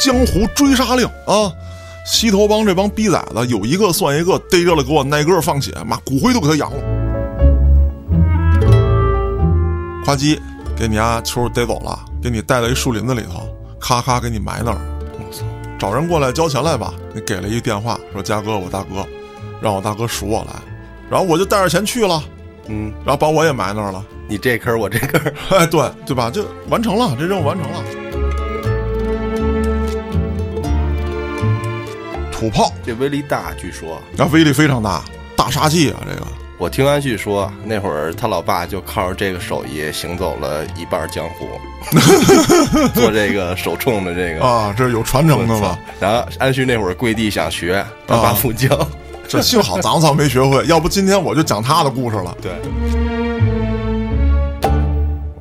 江湖追杀令啊，西头帮这帮逼崽子有一个算一个，逮着了给我挨个放血，妈骨灰都给他扬了。夸叽，给你啊秋儿逮走了，给你带到一树林子里头，咔咔给你埋那儿。我操，找人过来交钱来吧。你给了一电话，说佳哥，我大哥，让我大哥赎我来。然后我就带着钱去了，嗯，然后把我也埋那儿了。你这坑儿我这坑儿， 哎，对对吧？就完成了，这任务完成了。土炮，这威力大，据说那威力非常大，大杀器啊！这个我听安旭说，那会儿他老爸就靠着这个手艺行走了一半江湖， 做这个手冲的这个。啊，这是有传承的嘛？然后安旭那会儿跪地想学，他爸不教。这幸好咱操没学会，要不今天我就讲他的故事了。对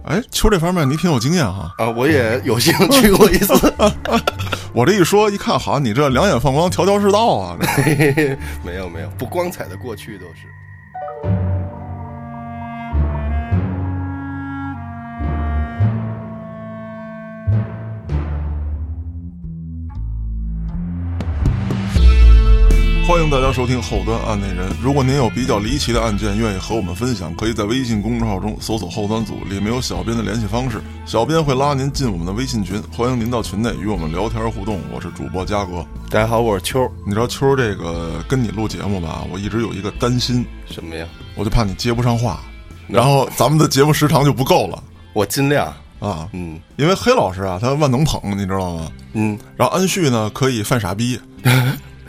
哎，秋这方面你挺有经验哈、 啊，我也有幸去过一次， 我这一说一看，好像你这两眼放光，条条是道啊！这没有没有，不光彩的过去都是。欢迎大家收听《后端案内人》。如果您有比较离奇的案件，愿意和我们分享，可以在微信公众号中搜索“后端组”，里面有小编的联系方式，小编会拉您进我们的微信群。欢迎您到群内与我们聊天互动。我是主播嘉哥。大家好，我是秋，你知道秋儿这个跟你录节目吧，我一直有一个担心，什么呀？我就怕你接不上话，然后咱们的节目时长就不够了我尽量，啊。嗯因为黑老师啊，他万能捧，你知道吗？嗯，然后安旭呢，可以犯傻逼。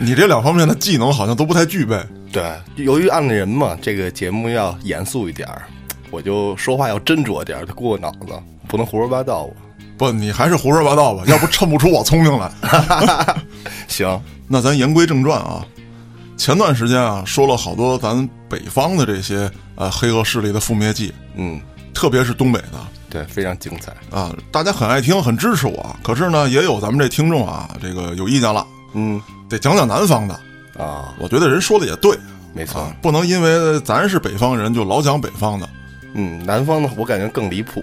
你这两方面的技能好像都不太具备。对，由于案内人嘛，这个节目要严肃一点儿，我就说话要斟酌点儿，得过过脑子，不能胡说八道我。啊不，你还是胡说八道吧，要不衬不出我聪明来。 行，那咱言归正传啊，前段时间啊说了好多咱北方的这些呃黑恶势力的覆灭记，嗯，特别是东北的对，非常精彩。啊，大家很爱听，很支持我。可是呢，也有咱们这听众啊，这个有意见了，嗯得讲讲南方的。啊，我觉得人说的也对没错，啊，不能因为咱是北方人就老讲北方的。嗯，南方的我感觉更离谱，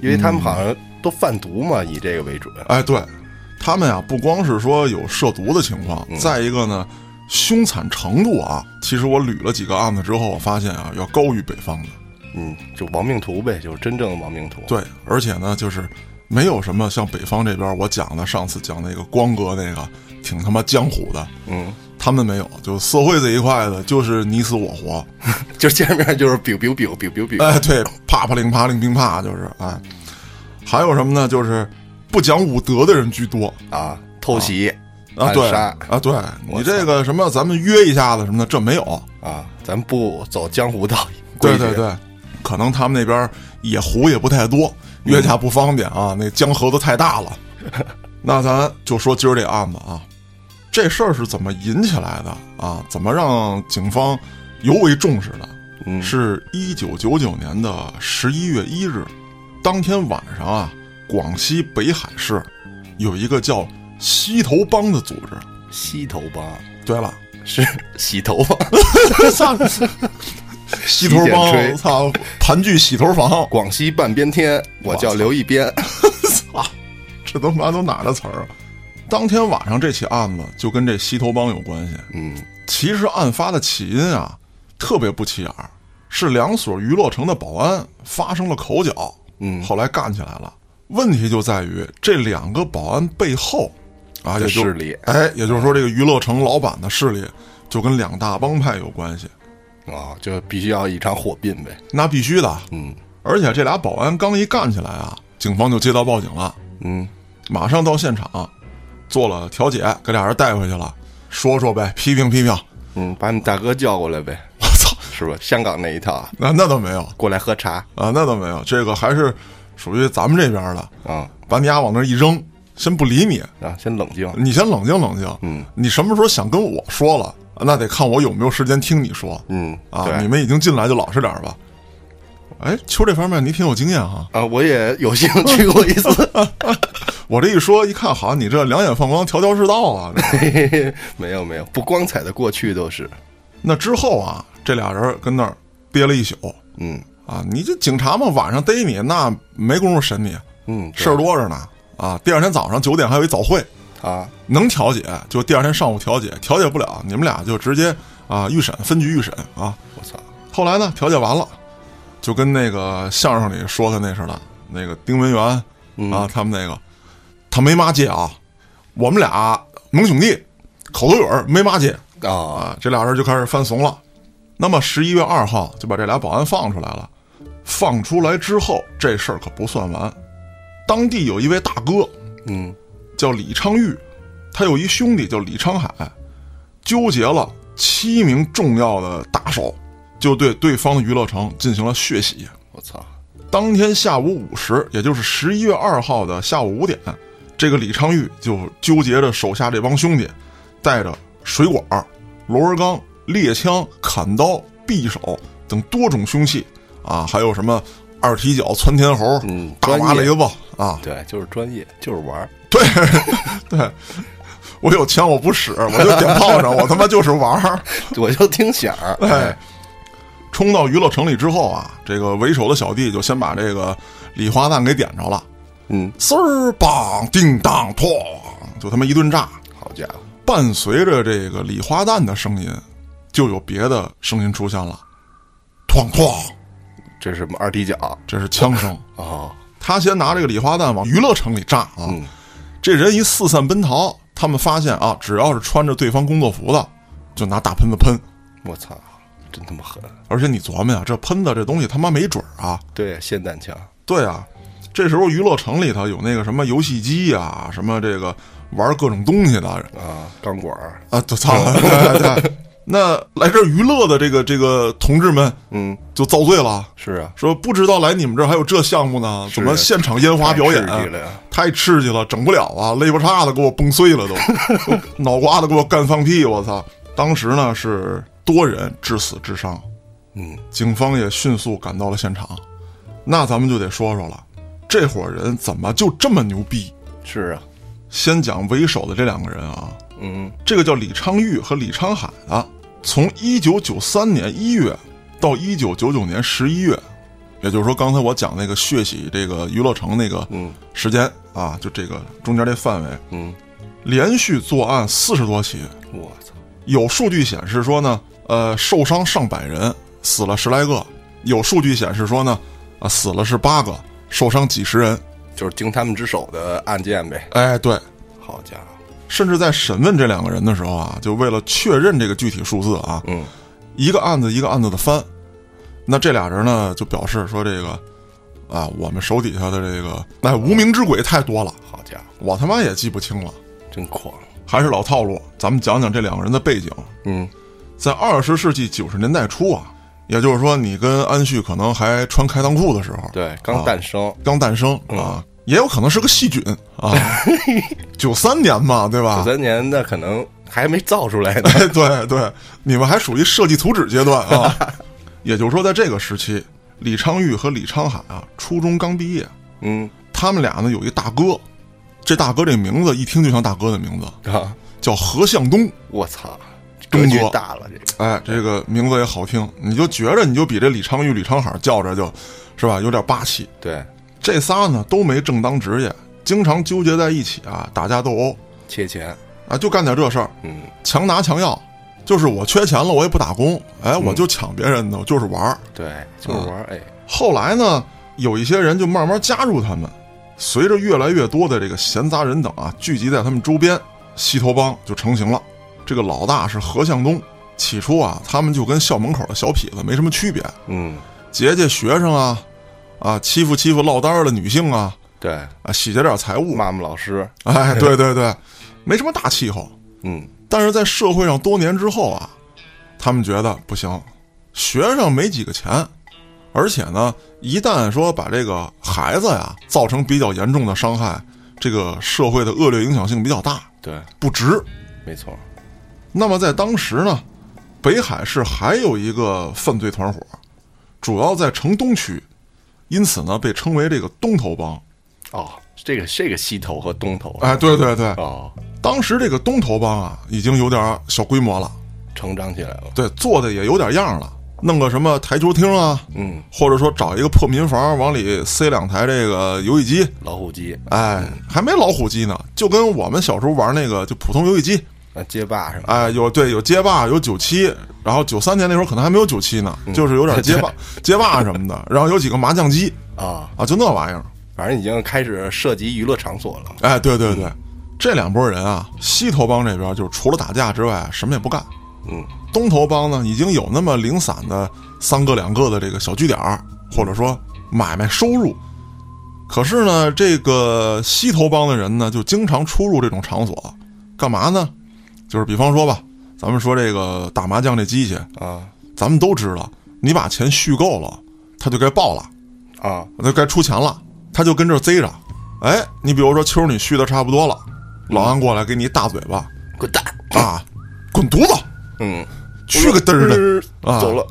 因为他们好像都贩毒嘛，以这个为准。哎，对，他们呀、啊不光是说有涉毒的情况，嗯再一个呢，凶残程度啊，其实我捋了几个案子之后，我发现啊，要高于北方的。嗯，就亡命徒呗，就是真正的亡命徒。，对，而且呢，就是没有什么像北方这边我讲的，上次讲那个光哥那个挺他妈江湖的，嗯， 他们没有，就社会这一块的，就是你死我活。就见面就是 biu biu biu biu biu biu。哎，对，啪啪令啪令乒啪，就是哎，还有什么呢？就是不讲武德的人居多。啊，偷袭啊，对暗杀啊，对我你这个什么，咱们约一下子什么的，这没有。啊，咱不走江湖道义。对规矩对，对，可能他们那边野狐也不太多，嗯约架不方便啊，那江河子太大 了。那咱就说今儿这案子啊，这事儿是怎么引起来的啊？怎么让警方尤为重视的？嗯是一九九九年的十一月一日，当天晚上啊，广西北海市有一个叫西头帮的组织。西头帮对 了， 是洗头发，操，洗头洗剪吹帮，操，盘踞洗头房，广西半边天，我叫刘一边。 操，这他妈都哪儿的词儿啊？当天晚上这起案子就跟这西头帮有关系。嗯其实案发的起因啊，特别不起眼儿，是两所娱乐城的保安发生了口角，嗯后来干起来了。问题就在于这两个保安背后，啊，也的就势力哎，也就是说这个娱乐城老板的势力就跟两大帮派有关系，啊，就必须要一场火并呗。那必须的。嗯而且这俩保安刚一干起来啊，警方就接到报警了，嗯，马上到现场，做了调解，给俩人带回去了，说说呗，批评批 评。嗯，把你大哥叫过来呗，我操，是吧？香港那一套啊，那那倒没有过来喝茶啊，那倒没有，这个还是属于咱们这边的，啊把你俩往那儿一扔，先不理你，啊，先冷静。你先冷静冷静。嗯，你什么时候想跟我说了，那得看我有没有时间听你说。嗯啊，你对们已经进来就老实点儿吧。哎，秋这方面你挺有经验哈、啊，我也有幸去过一次， 我这一说一看，好像你这两眼放光，条条是道啊。这 没有没有，不光彩的过去都是。那之后啊，这俩人跟那儿憋了一宿嗯啊。你这警察嘛，晚上逮你那没工夫审你，嗯，事儿多着呢啊。第二天早上九点还有一早会，对啊，能调解就第二天上午调解，调解不了你们俩就直接啊预审分局预审啊。我操，后来呢，调解完了，就跟那个相声里说的那似的，那个丁文元、啊，他们那个他没骂街啊，我们俩盟兄弟，口头语儿没骂街啊，啊，这俩人就开始犯怂了。那么十一月二号就把这俩保安放出来了，放出来之后这事儿可不算完，当地有一位大哥，嗯，叫李昌钰，他有一兄弟叫李昌海，纠结了七名重要的打手，就对对方的娱乐城进行了血洗。我操，当天下午五时，也就是十一月二号的下午五点，这个李昌钰就纠结着手下这帮兄弟，带着水管、螺纹钢、猎枪、砍刀、匕首等多种凶器，啊，还有什么二踢脚、窜天猴、嗯大麻专业雷子啊，对，就是专业，就是玩儿， 对，我有枪我不使，我就点炮仗，我他妈就是玩儿。我就听响儿，哎，冲到娱乐城里之后啊，这个为首的小弟就先把这个礼花弹给点着了，嗯，呲儿梆叮当哐，就他妈一顿炸。好家伙，伴随着这个礼花弹的声音，就有别的声音出现了，哐哐，这是什么二踢脚啊这是枪声。？哦他先拿这个礼花弹往娱乐城里炸啊，嗯这人一四散奔逃，他们发现啊，只要是穿着对方工作服的，就拿大喷子喷。我操，真他妈狠！而且你琢磨呀，这喷的这东西他妈没准儿啊。对，霰弹枪，对啊，这时候娱乐城里头有那个什么游戏机啊，什么这个玩各种东西的啊，钢管儿，啊， 都操！对对对那来这儿娱乐的这个这个同志们嗯，就遭罪了，是啊，说不知道来你们这儿还有这项目呢，怎么现场烟花表演？太刺激了呀太刺激了，整不了啊！肋巴叉子给我崩碎了 都，脑瓜子给我干放屁！我操！当时呢是多人致死致伤，嗯，警方也迅速赶到了现场。那咱们就得说说了，这伙人怎么就这么牛逼？是啊，先讲为首的这两个人啊，嗯，这个叫李昌钰和李昌海的，从一九九三年一月到一九九九年十一月，也就是说刚才我讲那个血洗这个娱乐城那个嗯时间啊，就这个中间这范围，嗯，连续作案四十多起，我操，有数据显示说呢，呃，受伤上百人，死了十来个；有数据显示说呢，啊，死了是八个，受伤几十人。就是经他们之手的案件呗，哎，对，好家伙，甚至在审问这两个人的时候啊，就为了确认这个具体数字啊，嗯，一个案子一个案子的翻。那这俩人呢，就表示说这个，啊，我们手底下的这个，哎，无名之鬼太多了，好家伙，我他妈也记不清了。真狂，还是老套路，咱们讲讲这两个人的背景。嗯，在二十世纪九十年代初啊，也就是说，你跟安旭可能还穿开裆裤的时候，对，啊嗯刚诞生，刚诞生啊，也有可能是个细菌 啊。九三年嘛，对吧九？三年那可能还没造出来呢，哎，对对，你们还属于设计图纸阶段 啊。也就是说，在这个时期，李昌钰和李昌海啊，初中刚毕业，嗯他们俩呢有一大哥，这大哥这名字一听就像大哥的名字，啊，叫何向东。我操，中格局国大了，这个，哎，这个名字也好听，你就觉着你就比这李昌钰、李昌海叫着就，是吧，有点霸气。对，这仨呢都没正当职业，经常纠结在一起啊，打架斗殴切钱，啊，就干点这事儿，嗯，强拿强要。就是我缺钱了，我也不打工，哎，我就抢别人的，我就是玩儿。对，就是玩啊儿，哎，后来呢，有一些人就慢慢加入他们，随着越来越多的这个闲杂人等啊聚集在他们周边，西头帮就成型了。这个老大是何向东。起初啊，他们就跟校门口的小痞子没什么区别，嗯，劫劫学生啊，啊，欺负欺负落单儿的女性啊，对，啊，洗劫点财物。骂骂老师，哎，对对对，没什么大气候。嗯，但是在社会上多年之后啊，他们觉得不行，学生没几个钱，而且呢，一旦说把这个孩子呀造成比较严重的伤害，这个社会的恶劣影响性比较大，对，不值。没错，那么在当时呢，北海市还有一个犯罪团伙，主要在城东区，因此呢被称为这个东头帮。哦，这个这个西头和东头，哎，对对对，哦，当时这个东头帮啊已经有点小规模了，成长起来了，对，做的也有点样了。弄个什么台球厅啊，嗯，或者说找一个破民房往里塞两台这个游戏机，老虎机，哎，还没老虎机呢，就跟我们小时候玩那个就普通游戏机，啊，街霸什么，哎，有对有街霸，有九七，然后九三年那时候可能还没有九七呢，就是有点街霸街霸什么的，然后有几个麻将机啊，啊，就那玩意儿，反正已经开始涉及娱乐场所了。哎，对对对，这两拨人啊，西头帮这边就是除了打架之外什么也不干，嗯，东头帮呢已经有那么零散的三个两个的这个小据点儿，或者说买卖收入。可是呢，这个西头帮的人呢，就经常出入这种场所，干嘛呢？就是比方说吧，咱们说这个打麻将这机器，啊咱们都知道，你把钱续够了，它就该爆了，啊，它该出钱了，它就跟这儿贼着。哎，你比如说秋儿，你续的差不多了，老安过来给你一大嘴巴滚蛋！啊，滚犊子，嗯，去个嘚儿的！啊走了。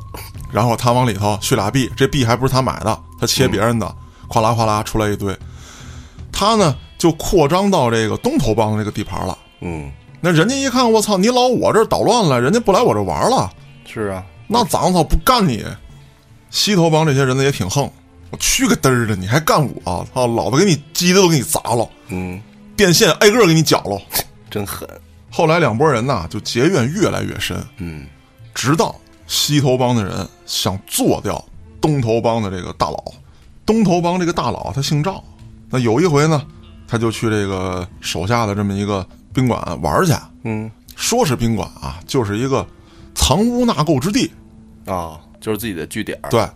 然后他往里头续俩币，这币还不是他买的，他切别人的，哗啦哗啦出来一堆。他呢就扩张到这个东头帮的这个地盘了。嗯，那人家一看，我操，你老我这儿捣乱了，人家不来我这玩了，是啊，那咱操不干你。西头帮这些人呢也挺横，我去个嘚儿的，你还干我，操，老子给你鸡的都给你砸了，嗯，电线挨个给你绞了。真狠。后来两拨人呐就结怨越来越深，嗯直到西头帮的人想做掉东头帮的这个大佬。东头帮这个大佬他姓赵，那有一回呢，他就去这个手下的这么一个宾馆玩去，嗯说是宾馆啊，就是一个藏污纳垢之地。啊，就是自己的据点儿。对，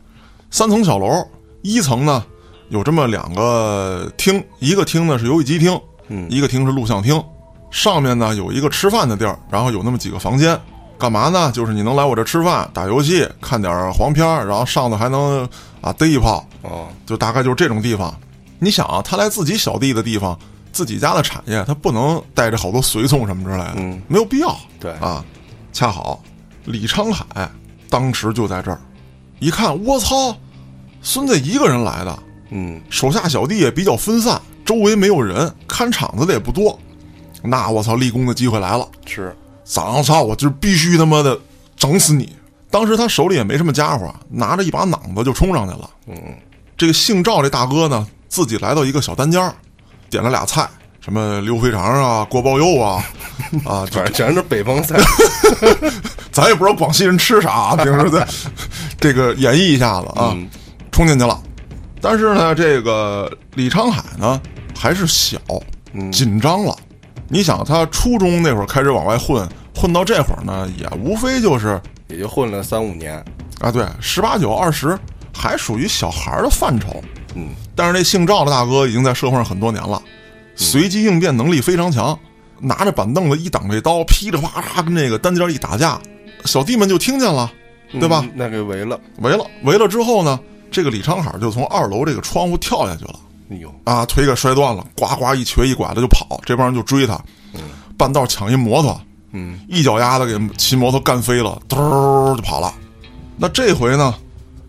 三层小楼，一层呢有这么两个厅，一个厅呢是游戏机厅，嗯一个厅是录像厅，上面呢有一个吃饭的地儿，然后有那么几个房间，干嘛呢？就是你能来我这吃饭、打游戏、看点儿黄片儿，然后上头还能啊逮一炮，哦，就大概就是这种地方。你想啊，他来自己小弟的地方，自己家的产业，他不能带着好多随从什么之类的，嗯没有必要。对啊，恰好李昌海当时就在这儿，一看我操，孙子一个人来的，嗯手下小弟也比较分散，周围没有人，看场子的也不多，那我操，立功的机会来了。是，早操，我就是必须他妈的整死你！当时他手里也没什么家伙，拿着一把榔头就冲上去了。嗯这个姓赵这大哥呢，自己来到一个小单间儿，点了俩菜，什么溜肥肠啊、锅包肉啊，啊，反正全是北方 菜。咱也不知道广西人吃啥、啊 平时在这个演绎一下子啊，冲进去了。但是呢，这个李昌海呢还是小，紧张了。你想，他初中那会儿开始往外混，混到这会儿呢，也无非就是也就混了三五年。啊，对，十八九、二十，还属于小孩儿的范畴。嗯但是这姓赵的大哥已经在社会上很多年了，随机应变能力非常强，拿着板凳子一挡这刀，噼里啪啦跟这个单间一打架，小弟们就听见了，对吧？嗯那给围了。围了，围了之后呢，这个李昌海就从二楼这个窗户跳下去了，哎呦，啊，腿给摔断了，呱呱一瘸一拐的就跑，这帮人就追他，半道抢一摩托，嗯一脚丫子给骑摩托干飞了，嘟儿就跑了。那这回呢，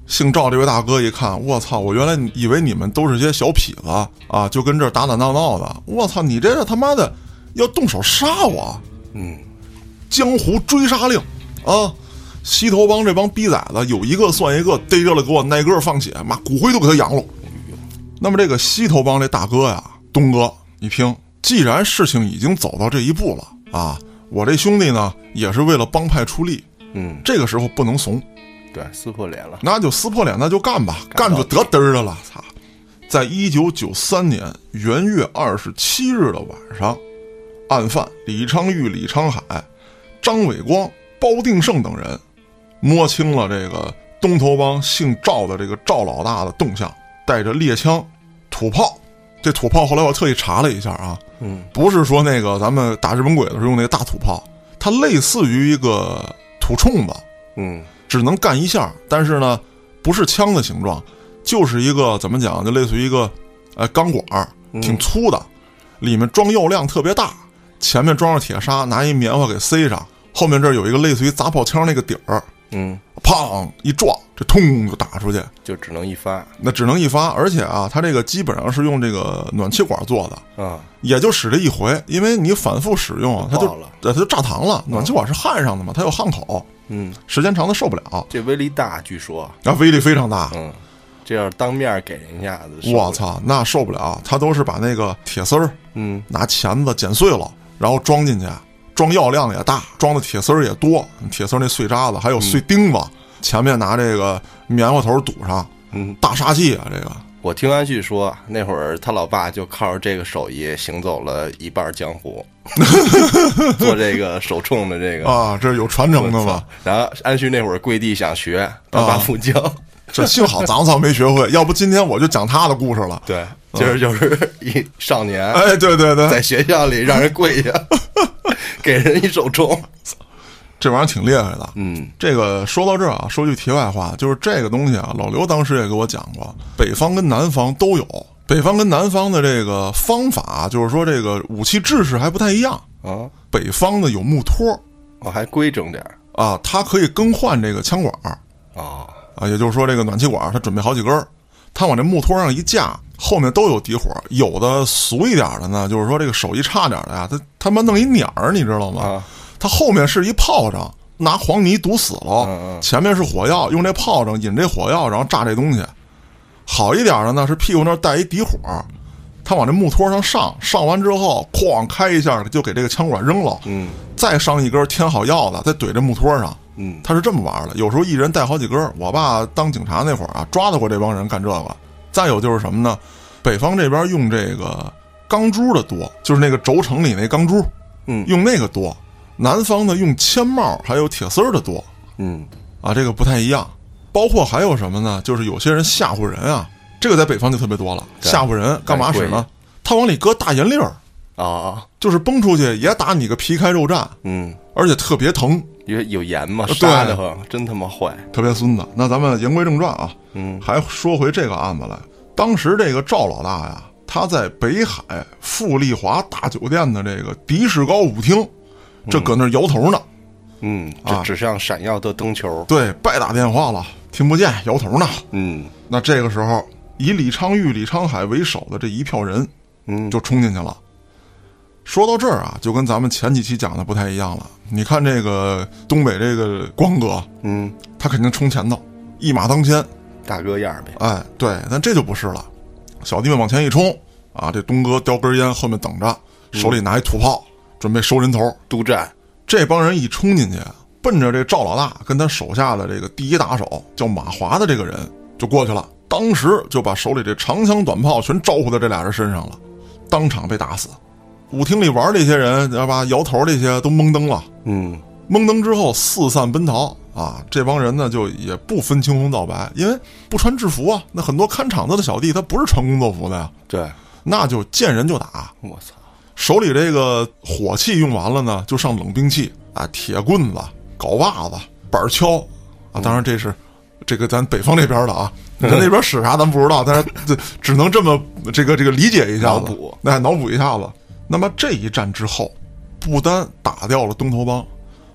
姓赵这位大哥一看，我操，我原来以为你们都是些小痞子啊，就跟这儿打打闹闹的。我操，你这是他妈的要动手杀我！啊嗯，江湖追杀令啊！西头帮这帮逼崽子有一个算一个，逮着了给我挨个放血，妈骨灰都给他扬了。哎那么这个西头帮这大哥呀，东哥，一听，既然事情已经走到这一步了啊，我这兄弟呢也是为了帮派出力，嗯，这个时候不能怂，对，撕破脸了。那就撕破脸，那就干吧，干干到就得嘚儿的了。操！在一九九三年元月二十七日的晚上，案犯李昌钰、李昌海、张伟光、包定胜等人摸清了这个东头帮姓赵的这个赵老大的动向，带着猎枪、土炮。这土炮后来我特意查了一下啊，嗯，不是说那个咱们打日本鬼的时候用那个大土炮，它类似于一个土铳子，嗯只能干一下，但是呢，不是枪的形状，就是一个怎么讲，就类似于一个，呃，钢管儿，挺粗的，里面装药量特别大，前面装上铁砂，拿一棉花给塞上，后面这儿有一个类似于砸炮枪那个底儿，嗯，砰一撞，这通就打出去，就只能一发那只能一发，而且啊，它这个基本上是用这个暖气管做的，啊。也就使这一回，因为你反复使用，它就爆了对它就炸膛了。暖气管是焊上的嘛，它有焊口，嗯，时间长了受不了，这威力大，据说，然后威力非常大。嗯，这要是当面给人一下子，是我，操，那受不了！啊他都是把那个铁丝儿嗯，拿钳子剪碎了，然后装进去，装药量也大，装的铁丝儿也多，铁丝儿那碎渣子还有碎钉子，前面拿这个棉花头堵上，嗯，大杀器啊！这个我听安旭说，那会儿他老爸就靠着这个手艺行走了一半江 湖，做这个手冲的这个。啊，这有传承的嘛？然后安旭那会儿跪地想学，他爸不教。哦这幸好咱操没学会，要不今天我就讲他的故事了。对，今儿就是一少年哦哎，对对对，在学校里让 人跪下，给人一手冲。这玩意儿挺厉害的。嗯这个说到这儿啊，说句题外话，就是这个东西啊，老刘当时也给我讲过，北方跟南方都有，北方跟南方的这个方法，就是说这个武器制式还不太一样。啊，北方的有木托我哦还规整点儿啊，它可以更换这个枪管儿哦，啊，也就是说这个暖气管儿它准备好几根儿，它往这木托上一架，后面都有底火。有的俗一点儿的呢，就是说这个手艺差点儿的呀，他他妈弄一鸟儿，你知道吗？啊它后面是一炮仗，拿黄泥堵死了，嗯嗯前面是火药，用这炮仗引这火药，然后炸这东西。好一点的呢是屁股那儿带一底火，它往这木托上上，上完之后哐开一下就给这个枪管扔了，嗯再上一根添好药的，再怼这木托上。嗯，他是这么玩的，有时候一人带好几根儿。我爸当警察那会儿啊，抓到过这帮人干这个。再有就是什么呢？北方这边用这个钢珠的多，就是那个轴承里那钢珠，嗯用那个多；南方的用铅帽还有铁丝儿的多嗯啊，这个不太一样。包括还有什么呢？就是有些人吓唬人啊，这个在北方就特别多了。对吓唬人干嘛使哎呢？他往里搁大盐粒儿，哦，就是崩出去也打你个皮开肉绽，嗯，而且特别疼，因为有盐嘛，哦对杀的慌，真他妈坏。特别孙子。那咱们言归正传啊，嗯还说回这个案子来，当时这个赵老大呀，他在北海富丽华大酒店的这个迪士高舞厅，这搁那儿摇头呢。嗯，啊这指向闪耀的灯球。对，拜打电话了，听不见，摇头呢。嗯那这个时候，以李昌钰、李昌海为首的这一票人嗯，就冲进去了。说到这儿啊，就跟咱们前几期讲的不太一样了。你看这个东北这个光哥，嗯，他肯定冲前头，一马当先，大哥样儿呗。哎，对，但这就不是了。小弟们往前一冲，啊，这东哥叼根烟，后面等着，手里拿一土炮，准备收人头。督战。这帮人一冲进去，奔着这赵老大跟他手下的这个第一打手叫马华的这个人就过去了，当时就把手里这长枪短炮全招呼到这俩人身上了，当场被打死。舞厅里玩这些人，知道吧？摇头这些都懵登了，嗯懵登之后四散奔逃啊！这帮人呢，就也不分青红皂白，因为不穿制服啊。那很多看场子的小弟他不是穿工作服的呀，，对，那就见人就打，我操，手里这个火器用完了呢，就上冷兵器啊，铁棍子、镐把子、板锹啊。当然这是这个咱北方这边的 啊，咱那边使啥咱不知道，但是这只能这么这个这个理解一下脑子补，那脑补一下子。那么这一战之后，不单打掉了东头帮，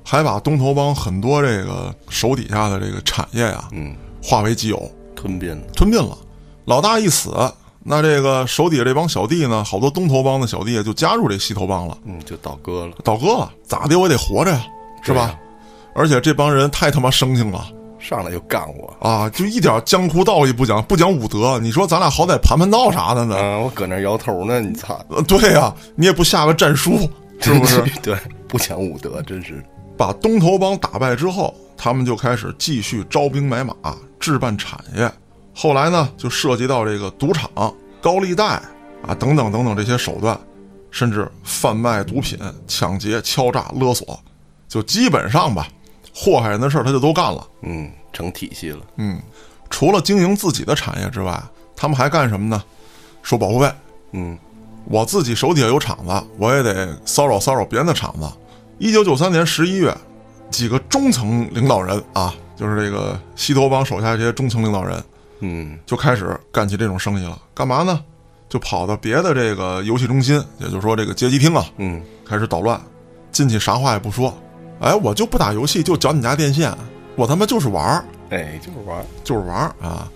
还把东头帮很多这个手底下的这个产业啊，嗯，化为己有。吞并了。吞并了。老大一死，那这个手底下这帮小弟呢，好多东头帮的小弟就加入这西头帮了，嗯，就倒戈了，倒戈了，咋的我也得活着呀，是对吧啊？而且这帮人太他妈生性了上来就干我。啊，就一点江湖道义不讲，不讲武德。你说咱俩好歹盘盘道啥的呢？ 嗯，我搁那儿摇头呢，你操，呃对呀、你也不下个战书， 是不是？？ 对，不讲武德，真是。把东头帮打败之后，他们就开始继续招兵买马，置办产业。后来呢，就涉及到这个赌场、高利贷啊等等等等这些手段，甚至贩卖毒品、抢劫、敲诈、勒索，就基本上吧，祸害人的事儿他就都干了。嗯，成体系了。嗯，除了经营自己的产业之外，他们还干什么呢？收保护费。嗯我自己手底下有厂子，我也得骚扰骚扰别人的厂子。一九九三年十一月，几个中层领导人啊，就是这个西头帮手下这些中层领导人，嗯就开始干起这种生意了。干嘛呢？就跑到别的这个游戏中心，也就是说这个街机厅啊，嗯，开始捣乱，进去啥话也不说，哎，我就不打游戏，就搅你家电线，我他妈就是玩儿，哎，就是玩儿。就是玩儿啊。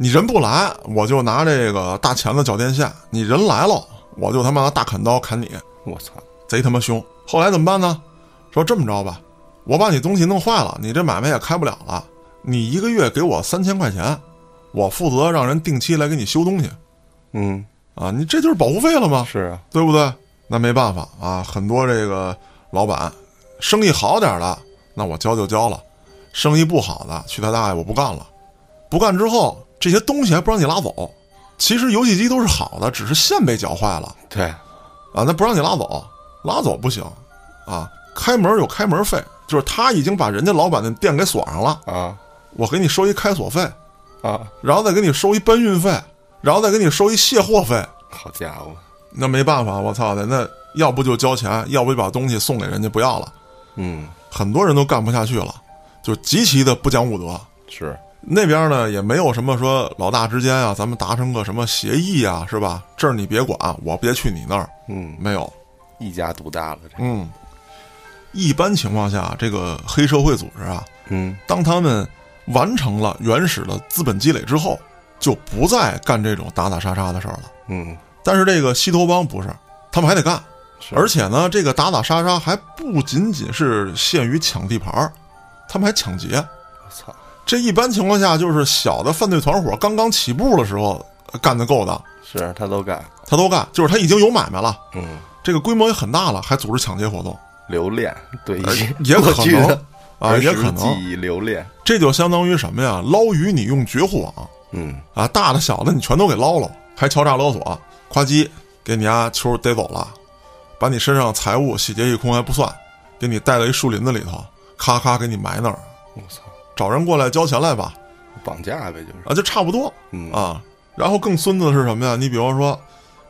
你人不来，我就拿这个大钳子绞电线；你人来了，我就他妈拿大砍刀砍你。我操，贼他妈凶。后来怎么办呢？说这么着吧，我把你东西弄坏了，你这买卖也开不了了，你一个月给我三千块钱，我负责让人定期来给你修东西嗯，啊，你这就是保护费了吗？是啊，对不对？那没办法啊，很多这个老板生意好点儿的，那我交就交了；生意不好的，去他大爷，我不干了。不干之后，这些东西还不让你拉走。其实游戏机都是好的，只是线被绞坏了对，啊，那不让你拉走，拉走不行啊。开门有开门费，就是他已经把人家老板的店给锁上了，啊我给你收一开锁费，啊，然后再给你收一搬运费，然后再给你收一卸货费，好家伙，那没办法，我操的，那要不就交钱，要不就把东西送给人家不要了。嗯，很多人都干不下去了，就极其的不讲武德。是，那边呢也没有什么说老大之间啊，咱们达成个什么协议啊，是吧？这儿你别管，我别去你那儿，嗯，没有。一家独大了，这，嗯，一般情况下，这个黑社会组织啊，嗯，当他们完成了原始的资本积累之后，就不再干这种打打杀杀的事儿了。嗯，但是这个西托帮不是，他们还得干。是，而且呢，这个打打杀杀还不仅仅是限于抢地盘儿，他们还抢劫。我操，这一般情况下就是小的犯罪团伙刚刚起步的时候呃干得够的，是他都干，他都干。就是他已经有买卖了，嗯，这个规模也很大了，还组织抢劫活动，留恋对 呃于也过可去能的啊，儿也时可能。记忆留恋，这就相当于什么呀？捞鱼你用绝户网嗯，啊，大的小的你全都给捞了，还敲诈勒索，夸叽给你啊球逮走了，把你身上财物洗劫一空还不算，给你带到一树林子里头，咔咔给你埋那儿。我操，找人过来交钱来吧，绑架呗，就是，啊，就差不多嗯，啊。然后更孙子的是什么呀？你比方说，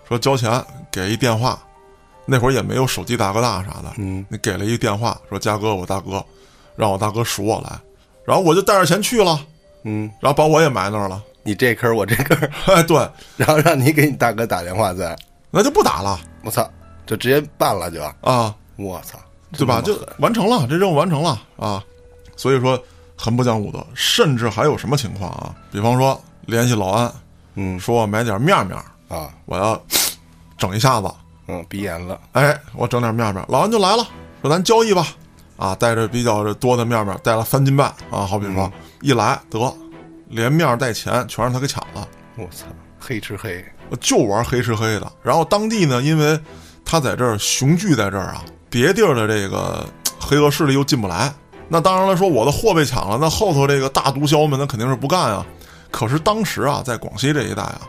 说交钱给一电话，那会儿也没有手机大哥大啥的，嗯，你给了一电话，说嘉哥，我大哥，让我大哥赎我来，然后我就带着钱去了，嗯，然后把我也埋那儿了。 你这坑儿我这坑儿，哎，对，然后让你给你大哥打电话再，那就不打了我操，就直接办了就，啊，我操，对吧？真就他妈狠完成了，这任务完成了啊。所以说很不讲武德，甚至还有什么情况啊？比方说联系老安，嗯说我买点面面，啊，我要整一下子。嗯，鼻炎了，哎，我整点面面。老安就来了，说咱交易吧。啊，带着比较多的面面，带了三斤半啊。好比说，嗯一来得连面带钱全让他给抢了，我操，黑吃黑，就玩黑吃黑的。然后当地呢，因为他在这儿雄踞在这儿啊，别地儿的这个嘖黑恶势力又进不来。那当然了，说我的货被抢了，那后头这个大毒枭们那肯定是不干啊。可是当时啊，在广西这一带啊，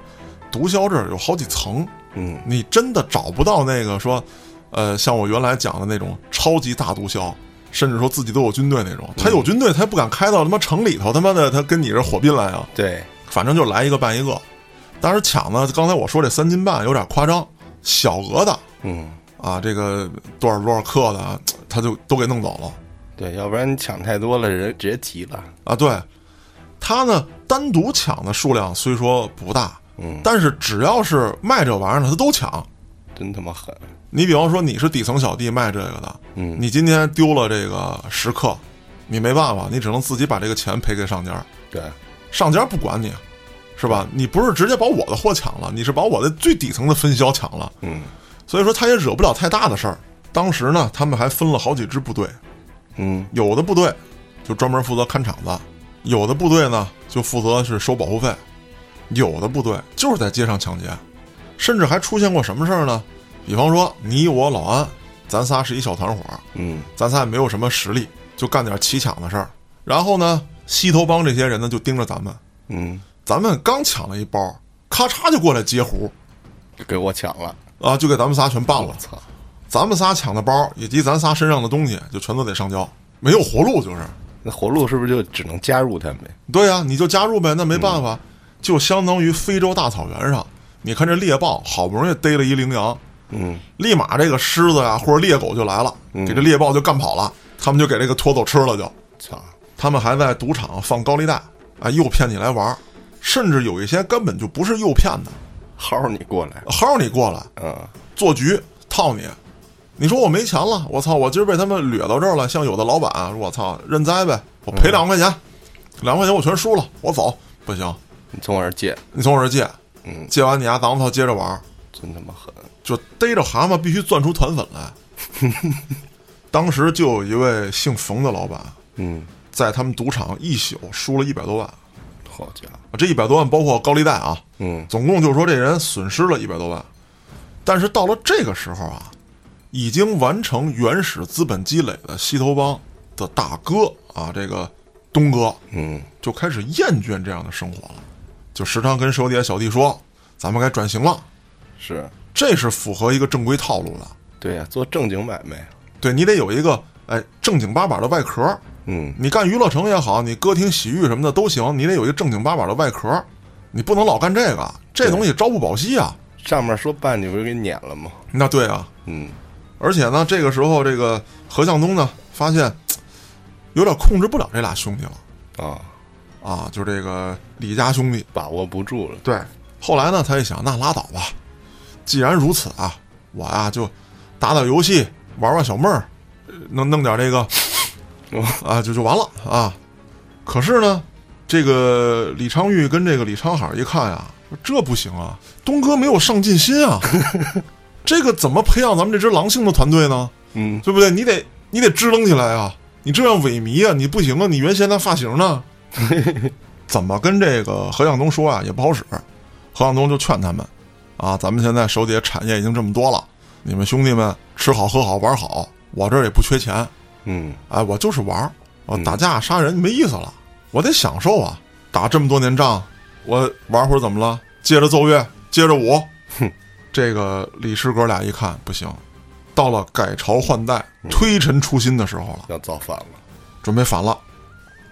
毒枭这儿有好几层，嗯，你真的找不到那个说，呃，像我原来讲的那种超级大毒枭，甚至说自己都有军队那种，他有军队，他也不敢开到他妈城里头，他妈的他跟你这火拼来啊，对，反正就来一个办一个。当时抢呢，刚才我说这三斤半有点夸张，小额的嗯。啊，这个多少多少克的啊，他就都给弄走了对，要不然你抢太多了，人直接急了。啊。对，他呢单独抢的数量虽说不大，嗯，但是只要是卖这玩意儿的，他都抢。真他妈狠。你比方说你是底层小弟卖这个的，嗯你今天丢了这个十克，你没办法，你只能自己把这个钱赔给上家，对，上家不管你，是吧？你不是直接把我的货抢了，你是把我的最底层的分销抢了，嗯所以说他也惹不了太大的事儿。当时呢，他们还分了好几支部队，嗯有的部队就专门负责看场子，有的部队呢就负责是收保护费，有的部队就是在街上抢劫，甚至还出现过什么事儿呢？比方说你我老安，咱仨是一小团伙，嗯咱仨也没有什么实力，就干点骑抢的事儿。然后呢，西头帮这些人呢就盯着咱们，嗯，咱们刚抢了一包，咔嚓就过来截胡给我抢了。啊，就给咱们仨全办我了。操！咱们仨抢的包以及咱仨身上的东西，就全都得上交，没有活路就是。那活路是不是就只能加入他们呗？对呀、你就加入呗，那没办法，就相当于非洲大草原上，你看这猎豹好不容易逮了一羚羊，嗯，立马这个狮子呀、或者猎狗就来了，给这猎豹就干跑了，他们就给这个拖走吃了就。操！他们还在赌场放高利贷，啊，诱骗你来玩儿，甚至有一些根本就不是诱骗的，薅你过来。薅你过来嗯，做局套你。你说我没钱了，我操，我今儿被他们掠到这儿了。像有的老板，啊我操，认栽呗，我赔两万块钱，两万块钱我全输了，我走不行，你从我这儿借，你从我这儿借，嗯借完你丫咱们操接着玩儿，真他妈狠。就逮着蛤蟆必须攥出团粉来。当时就有一位姓冯的老板嗯，在他们赌场一宿输了一百多万，啊好家伙，这一百多万包括高利贷啊，嗯总共就是说这人损失了一百多万。但是到了这个时候啊，已经完成原始资本积累的西头帮的大哥啊，这个东哥嗯，就开始厌倦这样的生活了，就时常跟手底下小弟说：“咱们该转型了。是”这是符合一个正规套路的，对呀、做正经买卖，对你得有一个哎正经八百的外壳。嗯，你干娱乐城也好，你歌厅、洗浴什么的都行，你得有一个正经八百的外壳，你不能老干这个，这东西朝不保夕啊。上面说办你不是给撵了吗？那对啊，嗯，而且呢，这个时候这个何向东呢，发现有点控制不了这俩兄弟了啊，啊，就这个李家兄弟。把握不住了，对，后来呢，他一想，那拉倒吧，既然如此啊，我啊就打打游戏，玩玩小妹儿，呃弄弄点这个啊，就就完了啊。可是呢，这个李昌钰跟这个李昌海一看呀，说这不行啊，东哥没有上进心啊，这个怎么培养咱们这支狼性的团队呢？嗯，对不对？你得你得支棱起来啊！你这样萎靡啊，你不行啊！你原先那发型呢？ 怎么跟这个何向东说啊？也不好使。何向东就劝他们啊，咱们现在手底下产业已经这么多了，你们兄弟们吃好喝好玩好，我这儿也不缺钱，嗯，哎，我就是玩儿，我打架杀人没意思了，我得享受啊！打这么多年仗，我玩会儿怎么了？接着奏乐，接着舞。哼， 这个李师哥俩一看不行，到了改朝换代、推陈出新的时候了，要造反了，准备反了。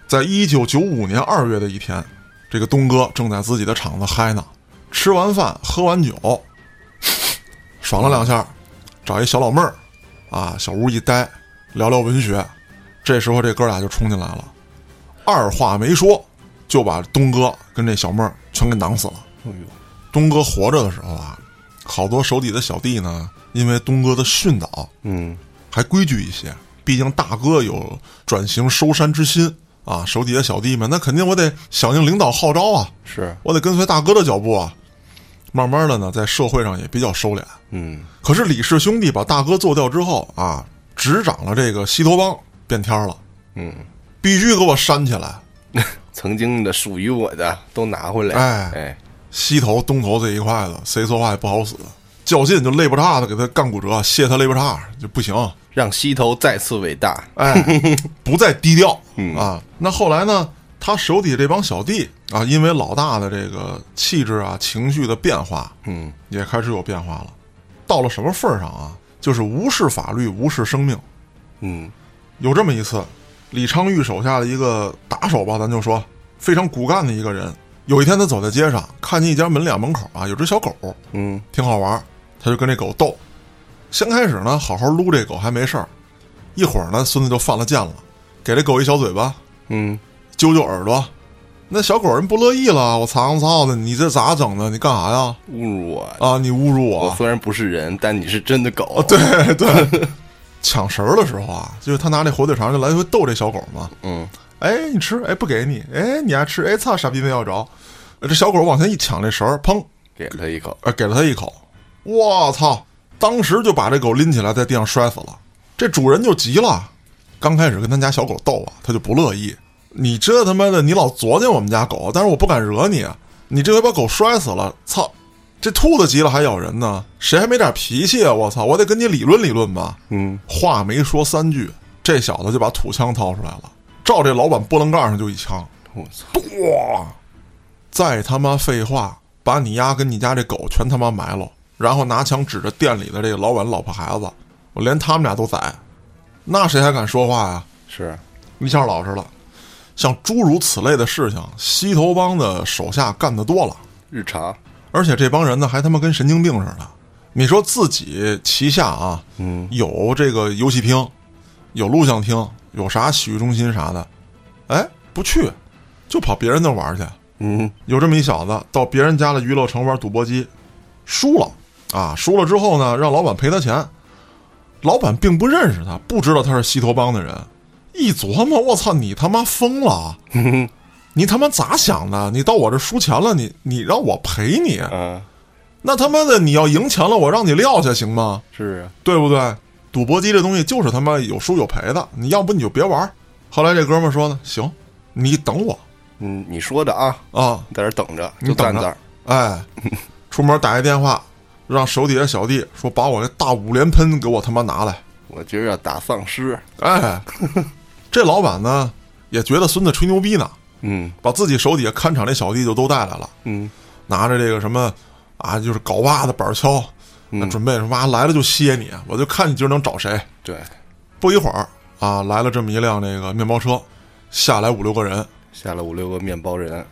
在一九九五年二月的一天，这个东哥正在自己的厂子嗨呢，吃完饭喝完酒，爽了两下，找一小老妹儿，啊，小屋一待，聊聊文学。这时候这哥俩就冲进来了，二话没说就把东哥跟这小妹儿全给囊死了。哎呦，东哥活着的时候啊，好多手底的小弟呢，因为东哥的训导，嗯，还规矩一些。毕竟大哥有转型收山之心啊，手底下小弟们，那肯定我得响应领导号召啊，是，我得跟随大哥的脚步啊。慢慢的呢，在社会上也比较收敛。嗯，可是李氏兄弟把大哥做掉之后啊，执掌了这个西头帮，变天了，嗯，必须给我煽起来。曾经的属于我的都拿回来，哎哎，西头、东头这一块的，谁说话也不好使，较劲就肋巴叉的给他干骨折，卸他肋巴叉就不行。让西头再次伟大，哎， 不再低调嗯啊。那后来呢，他手底下这帮小弟啊，因为老大的这个气质啊、情绪的变化，嗯，也开始有变化了。到了什么份儿上啊？就是无视法律，无视生命。嗯，有这么一次，李昌钰手下的一个打手吧，咱就说非常骨干的一个人，有一天他走在街上，看见一家门脸门口啊有只小狗，嗯，挺好玩儿，他就跟这狗斗。先开始呢，好好撸这狗还没事儿，一会儿呢，孙子就犯了贱了，给这狗一小嘴巴，嗯，揪揪耳朵。那小狗人不乐意了，我操操的，你这咋整的？你干啥呀？侮辱我，啊，你侮辱我我！虽然不是人，但你是真的狗，对对，抢食儿的时候啊，就是他拿这火腿肠就来回逗这小狗嘛。嗯，哎，你吃，哎不给你，哎你爱吃，哎操，傻逼没要着。呃这小狗往前一抢这食儿，砰，给了他一口，呃，给了他一口。我操！当时就把这狗拎起来，在地上摔死了。这主人就急了，刚开始跟他家小狗斗啊，他就不乐意。你这他妈的，你老作践我们家狗，但是我不敢惹你。啊你这回把狗摔死了，操！这兔子急了还咬人呢，谁还没点脾气啊？我操！我得跟你理论理论吧。嗯，话没说三句，这小子就把土枪掏出来了，照这老板波棱盖上就一枪。我操，哇！再他妈废话，把你丫跟你家这狗全他妈埋了，然后拿枪指着店里的这个老板老婆孩子，我连他们俩都宰，那谁还敢说话呀？是，一下老实了。像诸如此类的事情，西头帮的手下干得多了，日常，而且这帮人呢还他妈跟神经病似的。你说自己旗下啊，嗯，有这个游戏厅，有录像厅，有啥洗浴中心啥的，哎，不去，就跑别人那玩去。嗯，有这么一小子到别人家的娱乐城玩赌博机，输了啊，输了之后呢，让老板赔他钱。老板并不认识他，不知道他是西头帮的人。一琢磨，我操，你他妈疯了！你他妈咋想的？你到我这输钱了，你你让我赔你，啊，那他妈的你要赢钱了，我让你撂下行吗？是啊，对不对？赌博机这东西就是他妈有输有赔的，你要不你就别玩儿。后来这哥们儿说呢，行，你等我嗯，你说的啊，啊，在这儿等着，你就等站着这儿。哎，出门打一电话，让手底下小弟说把我那大五连喷给我他妈拿来。我觉着要打丧尸，哎，这老板呢也觉得孙子吹牛逼呢，嗯把自己手底下看场那小弟就都带来了，嗯拿着这个什么啊，就是镐把子板锹，那准备说妈来了就歇你，我就看你今儿能找谁。对，不一会儿啊，来了这么一辆那个面包车，下来五六个人， 下了五六个面包人，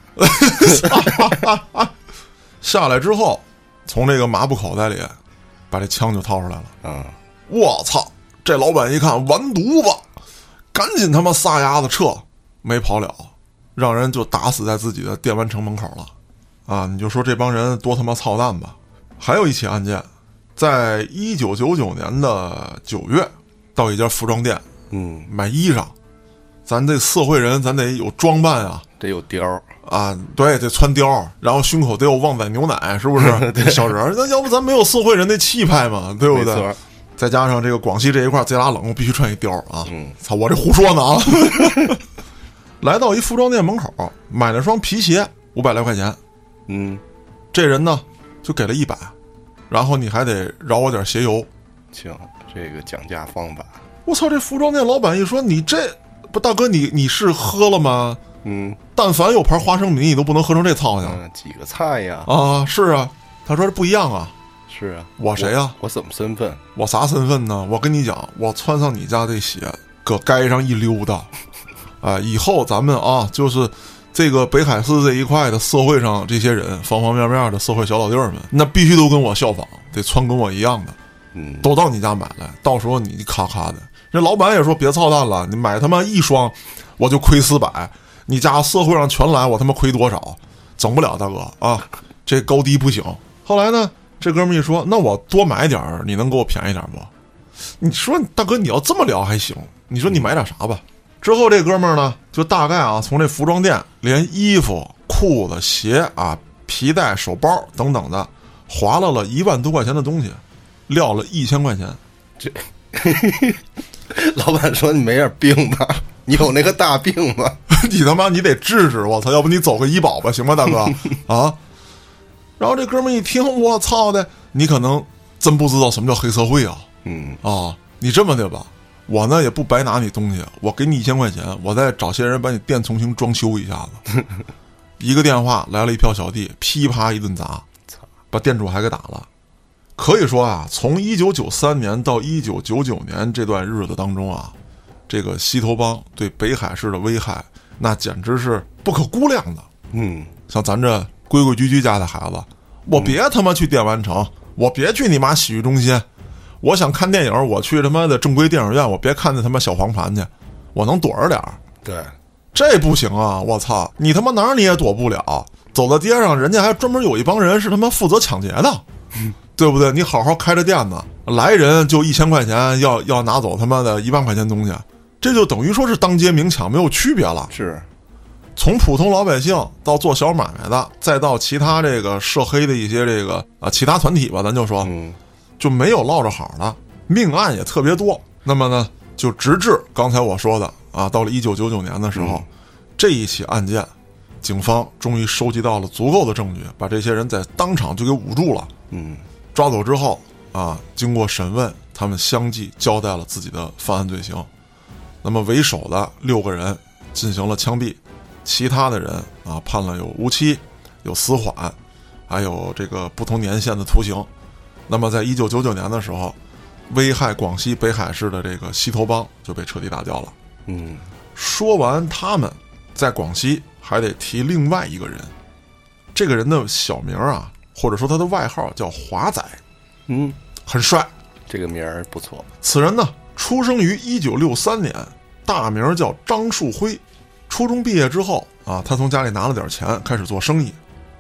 下来之后，从这个麻布口袋里把这枪就掏出来了。啊，我操！这老板一看完犊子，赶紧他妈撒丫子撤，没跑了，让人就打死在自己的电玩城门口了。啊，你就说这帮人多他妈操蛋吧！还有一起案件，在一九九九年的九月，到一家服装店嗯，买衣裳，咱这社会人咱得有装扮啊。得有貂儿，啊，对，得穿貂儿，然后胸口得有旺仔牛奶，是不 是？小人儿，那要不咱没有社会人的气派嘛，对不没对错？，再加上这个广西这一块贼拉冷，我必须穿一貂儿啊！嗯操，我这胡说呢啊！ 来到一服装店门口，买了双皮鞋，五百来块钱。嗯，这人呢，就给了一百，然后你还得饶我点鞋油。行，这个讲价方法，我操！这服装店老板一说，你这不大哥你你是喝了吗？嗯但凡有盘花生米，你都不能喝成这操性、嗯，几个菜呀？啊！是啊，他说这不一样啊，是啊，我谁呀我我怎么身份？ 我啥身份呢？我跟你讲，我穿上你家这鞋，搁街上一溜达， 啊，以后咱们啊，就是这个北海市这一块的社会上这些人，方方面面的社会小老弟儿们，那必须都跟我效仿，得穿跟我一样的，嗯，都到你家买来，到时候你咔咔的。人老板也说别操蛋了，你买他妈一双，我就亏四百，你家社会上全来，我他妈亏多少？整不了，大哥啊，这高低不行。后来呢，这哥们一说，那我多买点儿，你能给我便宜点儿不？你说大哥，你要这么聊还行？你说你买点啥吧？之后这哥们儿呢，就大概啊，从这服装店连衣服、裤子、鞋啊、皮带、手包等等的，划拉了一万多块钱的东西，撂了一千块钱。 老板说你没点病吧？ 你有那个大病吧？你他妈你得治治，我操！要不你走个医保吧，行吗，大哥啊？然后这哥们儿一听，我操的，你可能真不知道什么叫黑社会啊嗯啊！你这么的吧，我呢也不白拿你东西，我给你一千块钱，我再找些人把你店重新装修一下子。一个电话来了一票小弟，噼啪一顿砸操，把店主还给打了。可以说啊，从一九九三年到一九九九年这段日子当中啊，这个西头帮对北海市的危害，那简直是不可估量的。嗯，像咱这规规矩矩家的孩子，我别他妈去电玩城，我别去你妈洗浴中心，我想看电影，我去他妈的正规电影院，我别看那他妈小黄盘去，我能躲着点儿。对，这不行啊！我操，你他妈哪儿你也躲不了。走到街上，人家还专门有一帮人是他妈负责抢劫的，对不对？你好好开着店呢，来人就一千块钱，要要拿走他妈的一万块钱东西，这就等于说是当街明抢，没有区别了。是，从普通老百姓到做小买卖的，再到其他这个涉黑的一些这个啊其他团体吧，咱就说，嗯就没有落着好的，命案也特别多。那么呢，就直至刚才我说的啊，到了一九九九年的时候，这一起案件，警方终于收集到了足够的证据，把这些人在当场就给捂住了。嗯，抓走之后啊，经过审问，他们相继交代了自己的犯案罪行。那么为首的六个人进行了枪毙，其他的人啊判了有无期、有死缓，还有这个不同年限的徒刑。那么在一九九九年的时候，危害广西北海市的这个西头帮就被彻底打掉了。嗯，说完他们，在广西还得提另外一个人，这个人的小名啊，或者说他的外号叫华仔。嗯，很帅。这个名儿不错，此人呢，出生于一九六三年，大名叫张树辉。初中毕业之后啊，他从家里拿了点钱，开始做生意。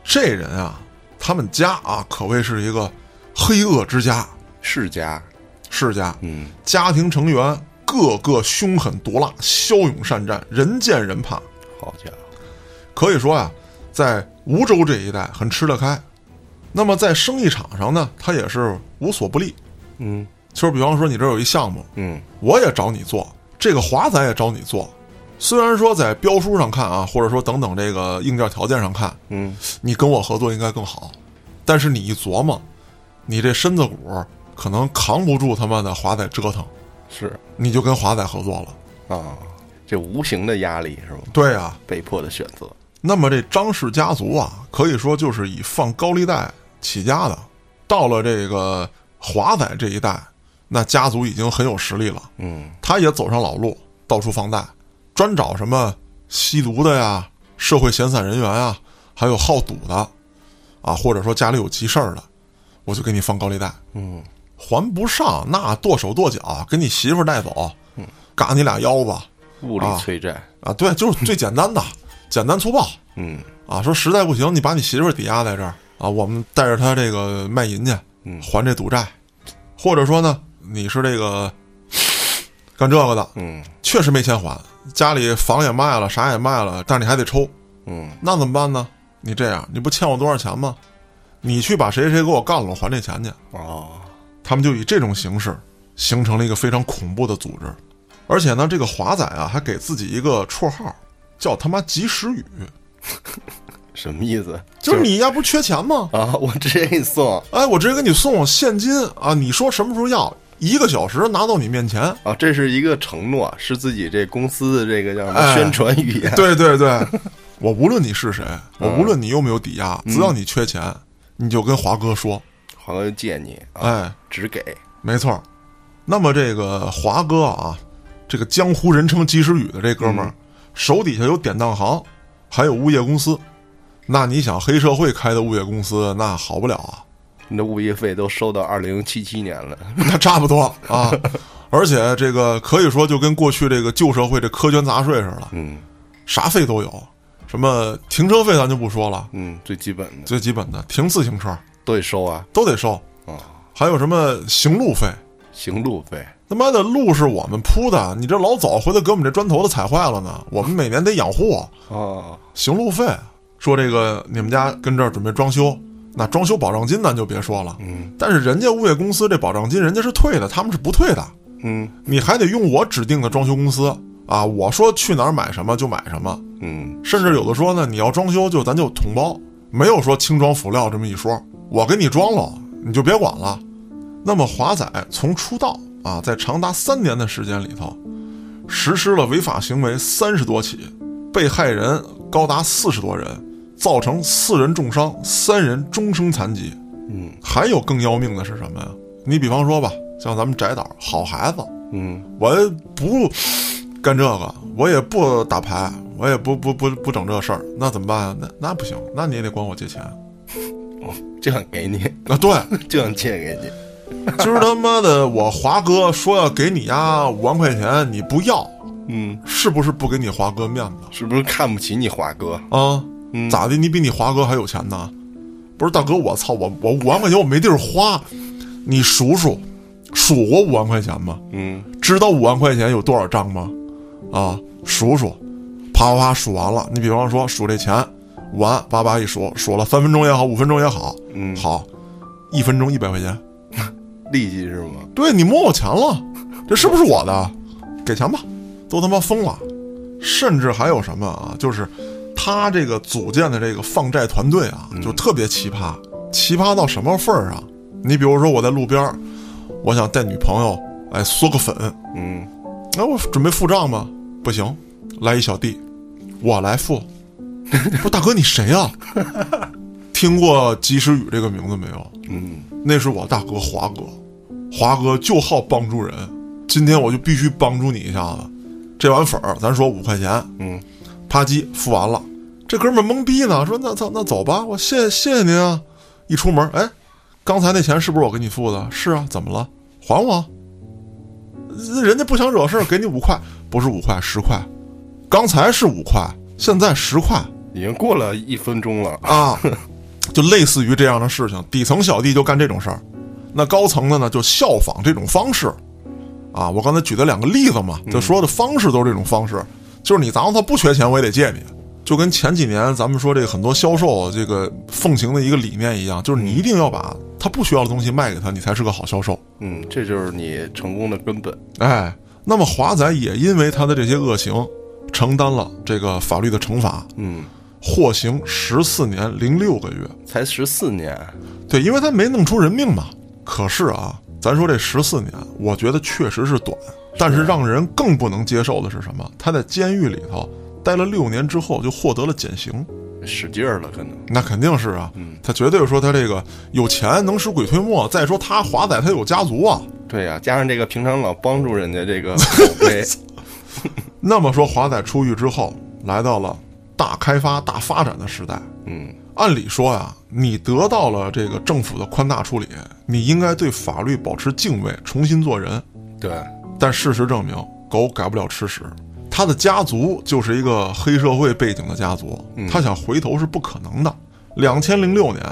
这人啊，他们家啊，可谓是一个黑恶之家，世家，世家，嗯家庭成员个个凶狠毒辣，骁勇善战，人见人怕。好家伙，可以说啊，在梧州这一带很吃得开。那么在生意场上呢，他也是无所不利。嗯就是比方说你这儿有一项目，嗯我也找你做，这个华咱也找你做。虽然说在标书上看啊，或者说等等这个硬件条件上看，嗯，你跟我合作应该更好，但是你一琢磨，你这身子骨可能扛不住他妈的华仔折腾，是你就跟华仔合作了。啊，这无形的压力是吗？对啊，被迫的选择，那么这张氏家族啊，可以说就是以放高利贷起家的。到了这个华仔这一代，那家族已经很有实力了，嗯他也走上老路，到处放贷，专找什么吸毒的呀、社会闲散人员啊，还有好赌的，啊，或者说家里有急事儿的，我就给你放高利贷，嗯，还不上那剁手剁脚，啊给你媳妇儿带走，嘎你俩腰子物力啊催债，啊，对，就是最简单的，简单粗暴嗯啊。说实在不行，你把你媳妇儿抵押在这儿啊，我们带着她这个卖淫去嗯，还这赌债，或者说呢，你是这个干这个的，嗯确实没钱还，家里房也卖了，啥也卖了，但是你还得抽，嗯那怎么办呢？你这样，你不欠我多少钱吗？你去把谁谁给我干了，我还这钱去。哦，他们就以这种形式形成了一个非常恐怖的组织，而且呢，这个华仔啊还给自己一个绰号，叫他妈及时雨，什么意思？就是你丫不缺钱吗？啊，我直接给你送哎，我直接给你送现金啊，你说什么时候要，一个小时拿到你面前。啊，这是一个承诺，是自己这公司的这个叫什么哎宣传语言？对对对，我无论你是谁，我无论你有没有抵押，只要你缺钱，你就跟华哥说，好像借你啊，哎，只给，没错儿。那么这个华哥啊，这个江湖人称及时雨的这哥们儿，手底下有典当行，还有物业公司。那你想，黑社会开的物业公司，那好不了啊，你的物业费都收到二零七七年了， 那差不多啊。 而且这个可以说就跟过去这个旧社会这苛捐杂税似的，嗯啥费都有，什么停车费咱就不说了，嗯，最基本的最基本的停自行车都得收啊，都得收，啊，还有什么行路费，行路费，他妈的路是我们铺的，你这老走，回头给我们这砖头子踩坏了呢。我们每年得养护，哦，行路费。说这个你们家跟这儿准备装修，那装修保障金咱就别说了，嗯但是人家物业公司这保障金人家是退的，他们是不退的，嗯你还得用我指定的装修公司啊。我说去哪儿买什么就买什么，嗯，甚至有的说呢，你要装修就咱就统包，没有说轻装辅料这么一说。我给你装了，你就别管了。那么华仔从出道啊，在长达三年的时间里头，实施了违法行为三十多起，被害人高达四十多人，造成四人重伤，三人终生残疾。嗯，还有更要命的是什么呀？你比方说吧，像咱们翟导，好孩子，嗯我不干这个，我也不打牌，我也不不不不整这事儿，那怎么办呀？那那不行，那你也得管我借钱哦就想给你， 啊！对，就想借给你，今儿他妈的，我华哥说要给你呀五万块钱，你不要，嗯，是不是不给你华哥面子是不是看不起你华哥？啊？嗯咋的？你比你华哥还有钱呢？不是大哥，我操，我我五万块钱我没地儿花，你数数，数过五万块钱吗？嗯知道五万块钱有多少张吗？啊，数数，啪啪啪数完了。你比方说数这钱，五万叭叭一数，数了三分钟也好，五分钟也好，嗯，好，一分钟一百块钱。利息是吗？对你摸我钱了，这是不是我的？给钱吧，都他妈疯了。甚至还有什么啊？就是他这个组建的这个放债团队啊，就特别奇葩，奇葩到什么份儿上？啊你比如说我在路边儿，我想带女朋友哎嗦个粉，嗯，那、我准备付账吗？不行，来一小弟，我来付。 不是大哥，你谁呀、 听过及时雨这个名字没有？嗯，那是我大哥华哥，华哥就好帮助人。今天我就必须帮助你一下子。这碗粉儿，咱说五块钱，嗯，啪叽付完了。这哥们儿懵逼呢，说那操那走吧，我谢谢谢您啊。一出门，哎，刚才那钱是不是我给你付的？是啊，怎么了？还我啊。人家不想惹事儿，给你五块，不是五块，十块。刚才是五块，现在十块已经过了一分钟了，啊， 就类似于这样的事情。底层小弟就干这种事儿，那高层的呢就效仿这种方式。啊，我刚才举的两个例子嘛，就说的方式都是这种方式，就是你咱们他不缺钱，我也得借你。就跟前几年咱们说这个很多销售这个奉行的一个理念一样，就是你一定要把他不需要的东西卖给他，你才是个好销售。嗯，这就是你成功的根本。哎，那么华仔也因为他的这些恶行，承担了这个法律的惩罚，嗯，获刑十四年零六个月。才十四年，对，因为他没弄出人命嘛。可是啊，咱说这十四年，我觉得确实是短，但是让人更不能接受的是什么？他在监狱里头待了六年之后，就获得了减刑。使劲儿了，可能。那肯定是啊，他绝对说他这个有钱能使鬼推磨。再说他华仔他有家族啊，对呀、加上这个平常老帮助人家这个口 碑，那么说华仔出狱之后，来到了大开发、大发展的时代。嗯，按理说啊，你得到了这个政府的宽大处理，你应该对法律保持敬畏，重新做人。对，但事实证明，狗改不了吃屎。他的家族就是一个黑社会背景的家族，他想回头是不可能的。两千零六年，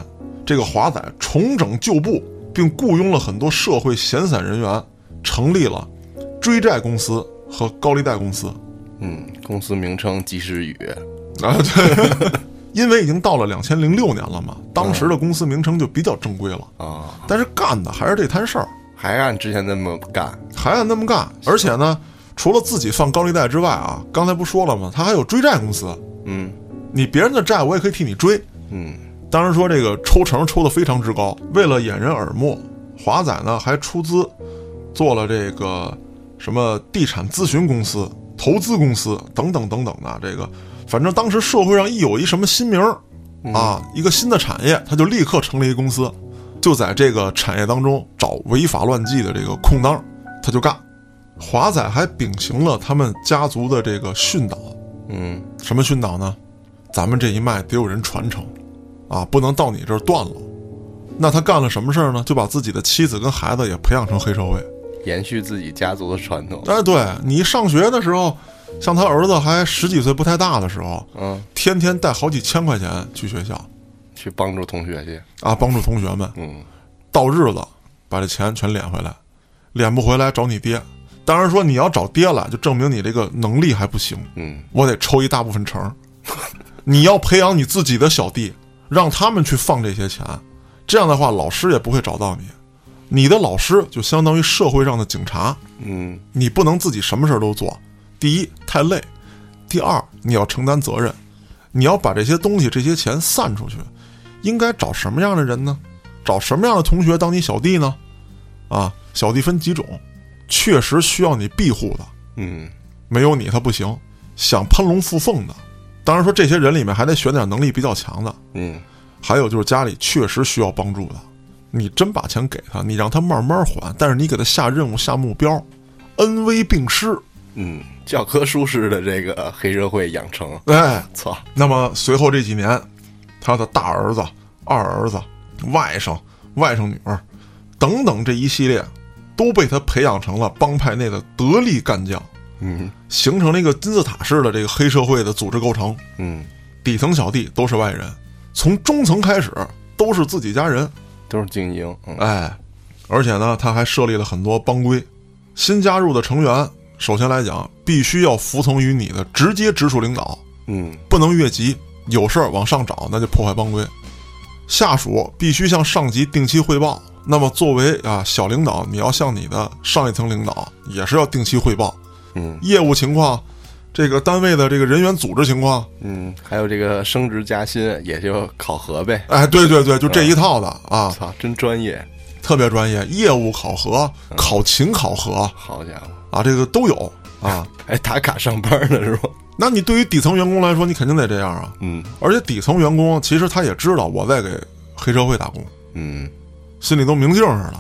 这个华仔重整旧部，并雇佣了很多社会闲散人员，成立了追债公司和高利贷公司。嗯，公司名称及时雨，啊，对，因为已经到了两千零六年了嘛，当时的公司名称就比较正规了，啊，但是干的还是这摊事儿，还按之前那么干，还按那么干。而且呢，除了自己放高利贷之外啊，刚才不说了吗？他还有追债公司，嗯你别人的债我也可以替你追。嗯，当然说这个抽成抽得非常之高，为了掩人耳目，华仔呢还出资做了这个什么地产咨询公司、投资公司等等等等的这个，反正当时社会上一有一什么新名儿啊，一个新的产业，他就立刻成立一公司，就在这个产业当中找违法乱纪的这个空当，他就干。华仔还秉行了他们家族的这个训导，嗯，什么训导呢？咱们这一脉得有人传承，啊，不能到你这儿断了。那他干了什么事儿呢？就把自己的妻子跟孩子也培养成黑社会。延续自己家族的传统，哎，对你上学的时候，像他儿子还十几岁不太大的时候，嗯，天天带好几千块钱去学校去帮助同学去，啊，帮助同学们。嗯，到日子把这钱全敛回来，敛不回来找你爹。当然说你要找爹来，就证明你这个能力还不行。嗯，我得抽一大部分成儿。你要培养你自己的小弟，让他们去放这些钱，这样的话，老师也不会找到你。你的老师就相当于社会上的警察，嗯，你不能自己什么事儿都做。第一，太累；第二，你要承担责任，你要把这些东西、这些钱散出去。应该找什么样的人呢？找什么样的同学当你小弟呢？啊，小弟分几种，确实需要你庇护的，嗯，没有你他不行。想攀龙附凤的，当然说这些人里面还得选点能力比较强的，嗯，还有就是家里确实需要帮助的。你真把钱给他，你让他慢慢还，但是你给他下任务、下目标，恩威并施。嗯，教科书式的这个黑社会养成，哎，操，那么随后这几年，他的大儿子、二儿子、外甥、外甥女儿等等这一系列，都被他培养成了帮派内的得力干将，嗯形成了一个金字塔式的这个黑社会的组织构成。嗯，底层小弟都是外人，从中层开始都是自己家人，都是精英，嗯哎，而且呢，他还设立了很多帮规。新加入的成员，首先来讲，必须要服从于你的直接直属领导，嗯不能越级，有事儿往上找，那就破坏帮规。下属必须向上级定期汇报。那么，作为啊小领导，你要向你的上一层领导也是要定期汇报嗯业务情况，这个单位的这个人员组织情况，嗯，还有这个升职加薪也就考核呗，哎，对对对，就这一套的啊。操，真专业，特别专业，业务考核、考勤考核好家伙，啊，这个都有啊。还打卡上班呢是吧？那你对于底层员工来说，你肯定得这样啊。嗯而且底层员工其实他也知道我在给黑社会打工，嗯心里都明镜似的。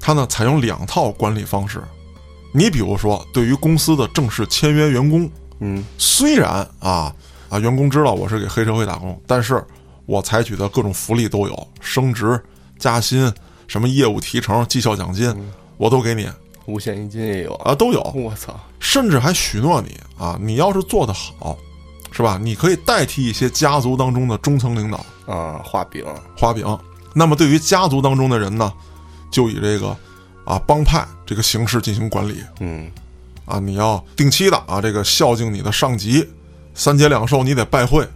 他呢采用两套管理方式，你比如说对于公司的正式签约员工，嗯虽然啊啊员工知道我是给黑社会打工，但是我采取的各种福利都有，升职、加薪、什么业务提成、绩效奖金，我都给你五险一金也有啊！啊，都有。我操，甚至还许诺你啊，你要是做得好，是吧？你可以代替一些家族当中的中层领导啊，画饼，花饼。那么对于家族当中的人呢，就以这个啊帮派这个形式进行管理嗯啊，你要定期的啊这个孝敬你的上级，三节两寿你得拜会，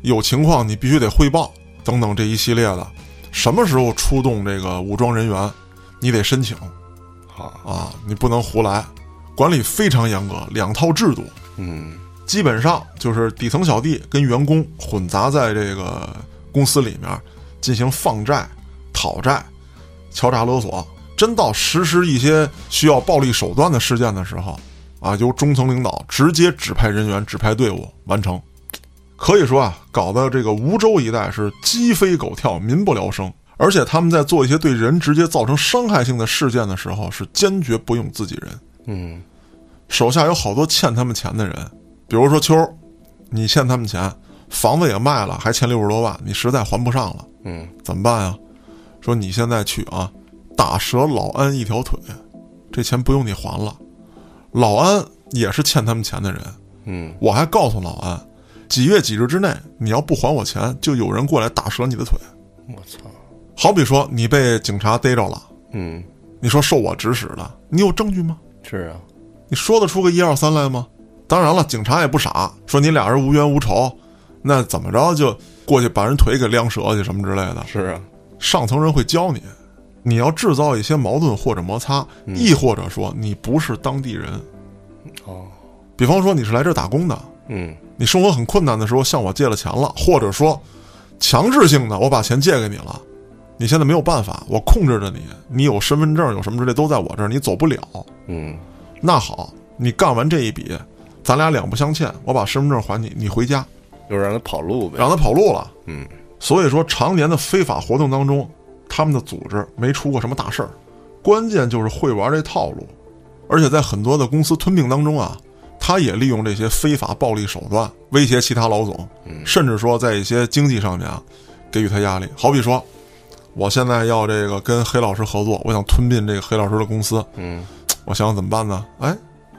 有情况你必须得汇报等等这一系列的，什么时候出动这个武装人员，你得申请好，啊，你不能胡来，管理非常严格，两套制度，嗯，基本上就是底层小弟跟员工混杂在这个公司里面进行放债、讨债、敲诈勒索。真到实施一些需要暴力手段的事件的时候，啊，由中层领导直接指派人员、指派队伍完成。可以说啊，搞得这个梧州一带是鸡飞狗跳、民不聊生。而且他们在做一些对人直接造成伤害性的事件的时候，是坚决不用自己人。嗯，手下有好多欠他们钱的人，比如说秋儿，你欠他们钱，房子也卖了，还欠六十多万，你实在还不上了，嗯，怎么办呀？说你现在去啊，打折老安一条腿，这钱不用你还了。老安也是欠他们钱的人，嗯，我还告诉老安，几月几日之内你要不还我钱，就有人过来打折你的腿。我操，好比说你被警察逮着了，嗯，你说受我指使了，你有证据吗？是啊，你说得出个一二三来吗？当然了，警察也不傻，说你俩人无冤无仇，那怎么着就过去把人腿给亮折去什么之类的。是啊，上层人会教你，你要制造一些矛盾或者摩擦，亦或者说你不是当地人。哦，比方说你是来这儿打工的，嗯，你生活很困难的时候向我借了钱了，或者说强制性的我把钱借给你了，你现在没有办法，我控制着你，你有身份证有什么之类都在我这儿，你走不了。嗯，那好，你干完这一笔，咱俩两不相欠，我把身份证还你，你回家，就让他跑路呗，让他跑路了。嗯，所以说，常年的非法活动当中，他们的组织没出过什么大事儿，关键就是会玩这套路，而且在很多的公司吞并当中啊，他也利用这些非法暴力手段威胁其他老总，甚至说在一些经济上面啊，给予他压力。好比说，我现在要这个跟黑老师合作，我想吞并这个黑老师的公司，嗯，我想想怎么办呢？哎，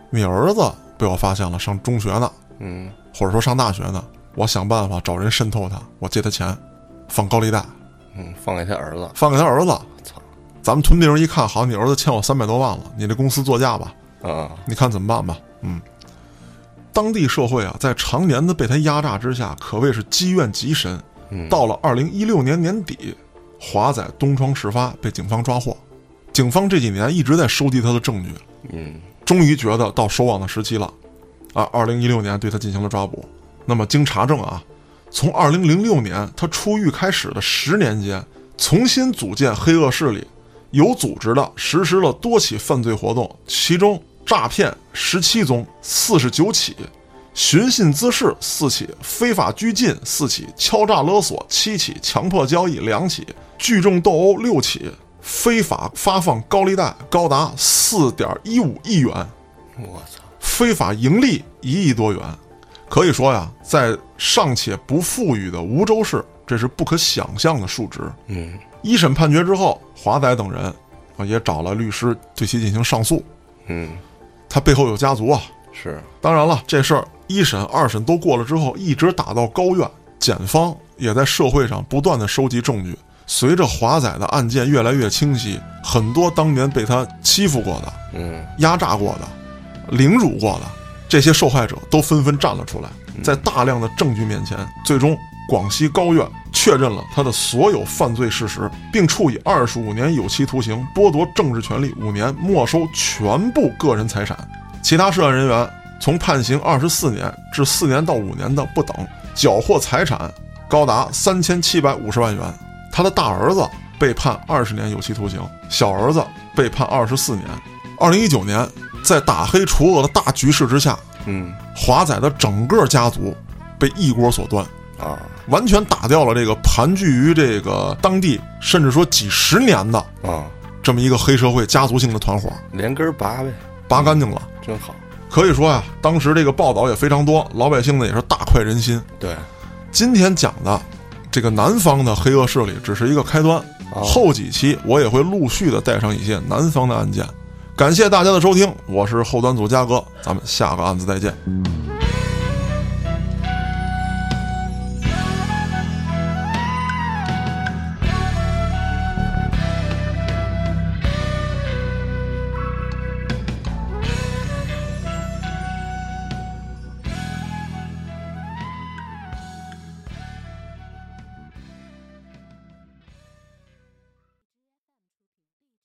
你儿子被我发现了，上中学呢，嗯，或者说上大学呢，我想办法找人渗透他，我借他钱，放高利贷，嗯，放给他儿子，放给他儿子。我操，咱们屯兵人一看，好，你儿子欠我三百多万了，你这公司作价吧，啊，你看怎么办吧？嗯，当地社会啊，在常年的被他压榨之下，可谓是积怨极深。嗯，到了二零一六年年底，华仔东窗事发，被警方抓获。警方这几年一直在收集他的证据，嗯，终于觉得到收网的时期了，啊，二零一六年对他进行了抓捕。那么经查证啊，从二零零六年他出狱开始的十年间，重新组建黑恶势力，有组织的实施了多起犯罪活动，其中诈骗十七宗，四十九起。寻衅滋事四起，非法拘禁四起，敲诈勒索七起，强迫交易两起，聚众斗殴六起，非法发放高利贷高达四点一五亿元，我操，非法盈利一亿多元。可以说呀，在尚且不富裕的梧州市，这是不可想象的数值。嗯，一审判决之后，华仔等人啊也找了律师对其进行上诉。嗯，他背后有家族啊，是，当然了，这事儿一审、二审都过了之后，一直打到高院，检方也在社会上不断的收集证据。随着华仔的案件越来越清晰，很多当年被他欺负过的、嗯，压榨过的、凌辱过的这些受害者都纷纷站了出来，在大量的证据面前，最终广西高院确认了他的所有犯罪事实，并处以二十五年有期徒刑，剥夺政治权利五年，没收全部个人财产。其他涉案人员从判刑二十四年至四年到五年的不等，缴获财产高达三千七百五十万元。他的大儿子被判二十年有期徒刑，小儿子被判二十四年。二零一九年，在打黑除恶的大局势之下，嗯，华仔的整个家族被一锅所端，啊，完全打掉了这个盘踞于这个当地甚至说几十年的啊，这么一个黑社会家族性的团伙，连根儿拔呗，拔干净了。真好，可以说呀、当时这个报道也非常多，老百姓呢也是大快人心。对，今天讲的这个南方的黑恶势力只是一个开端，哦后几期我也会陆续的带上一些南方的案件。感谢大家的收听，我是后端组嘉哥，咱们下个案子再见。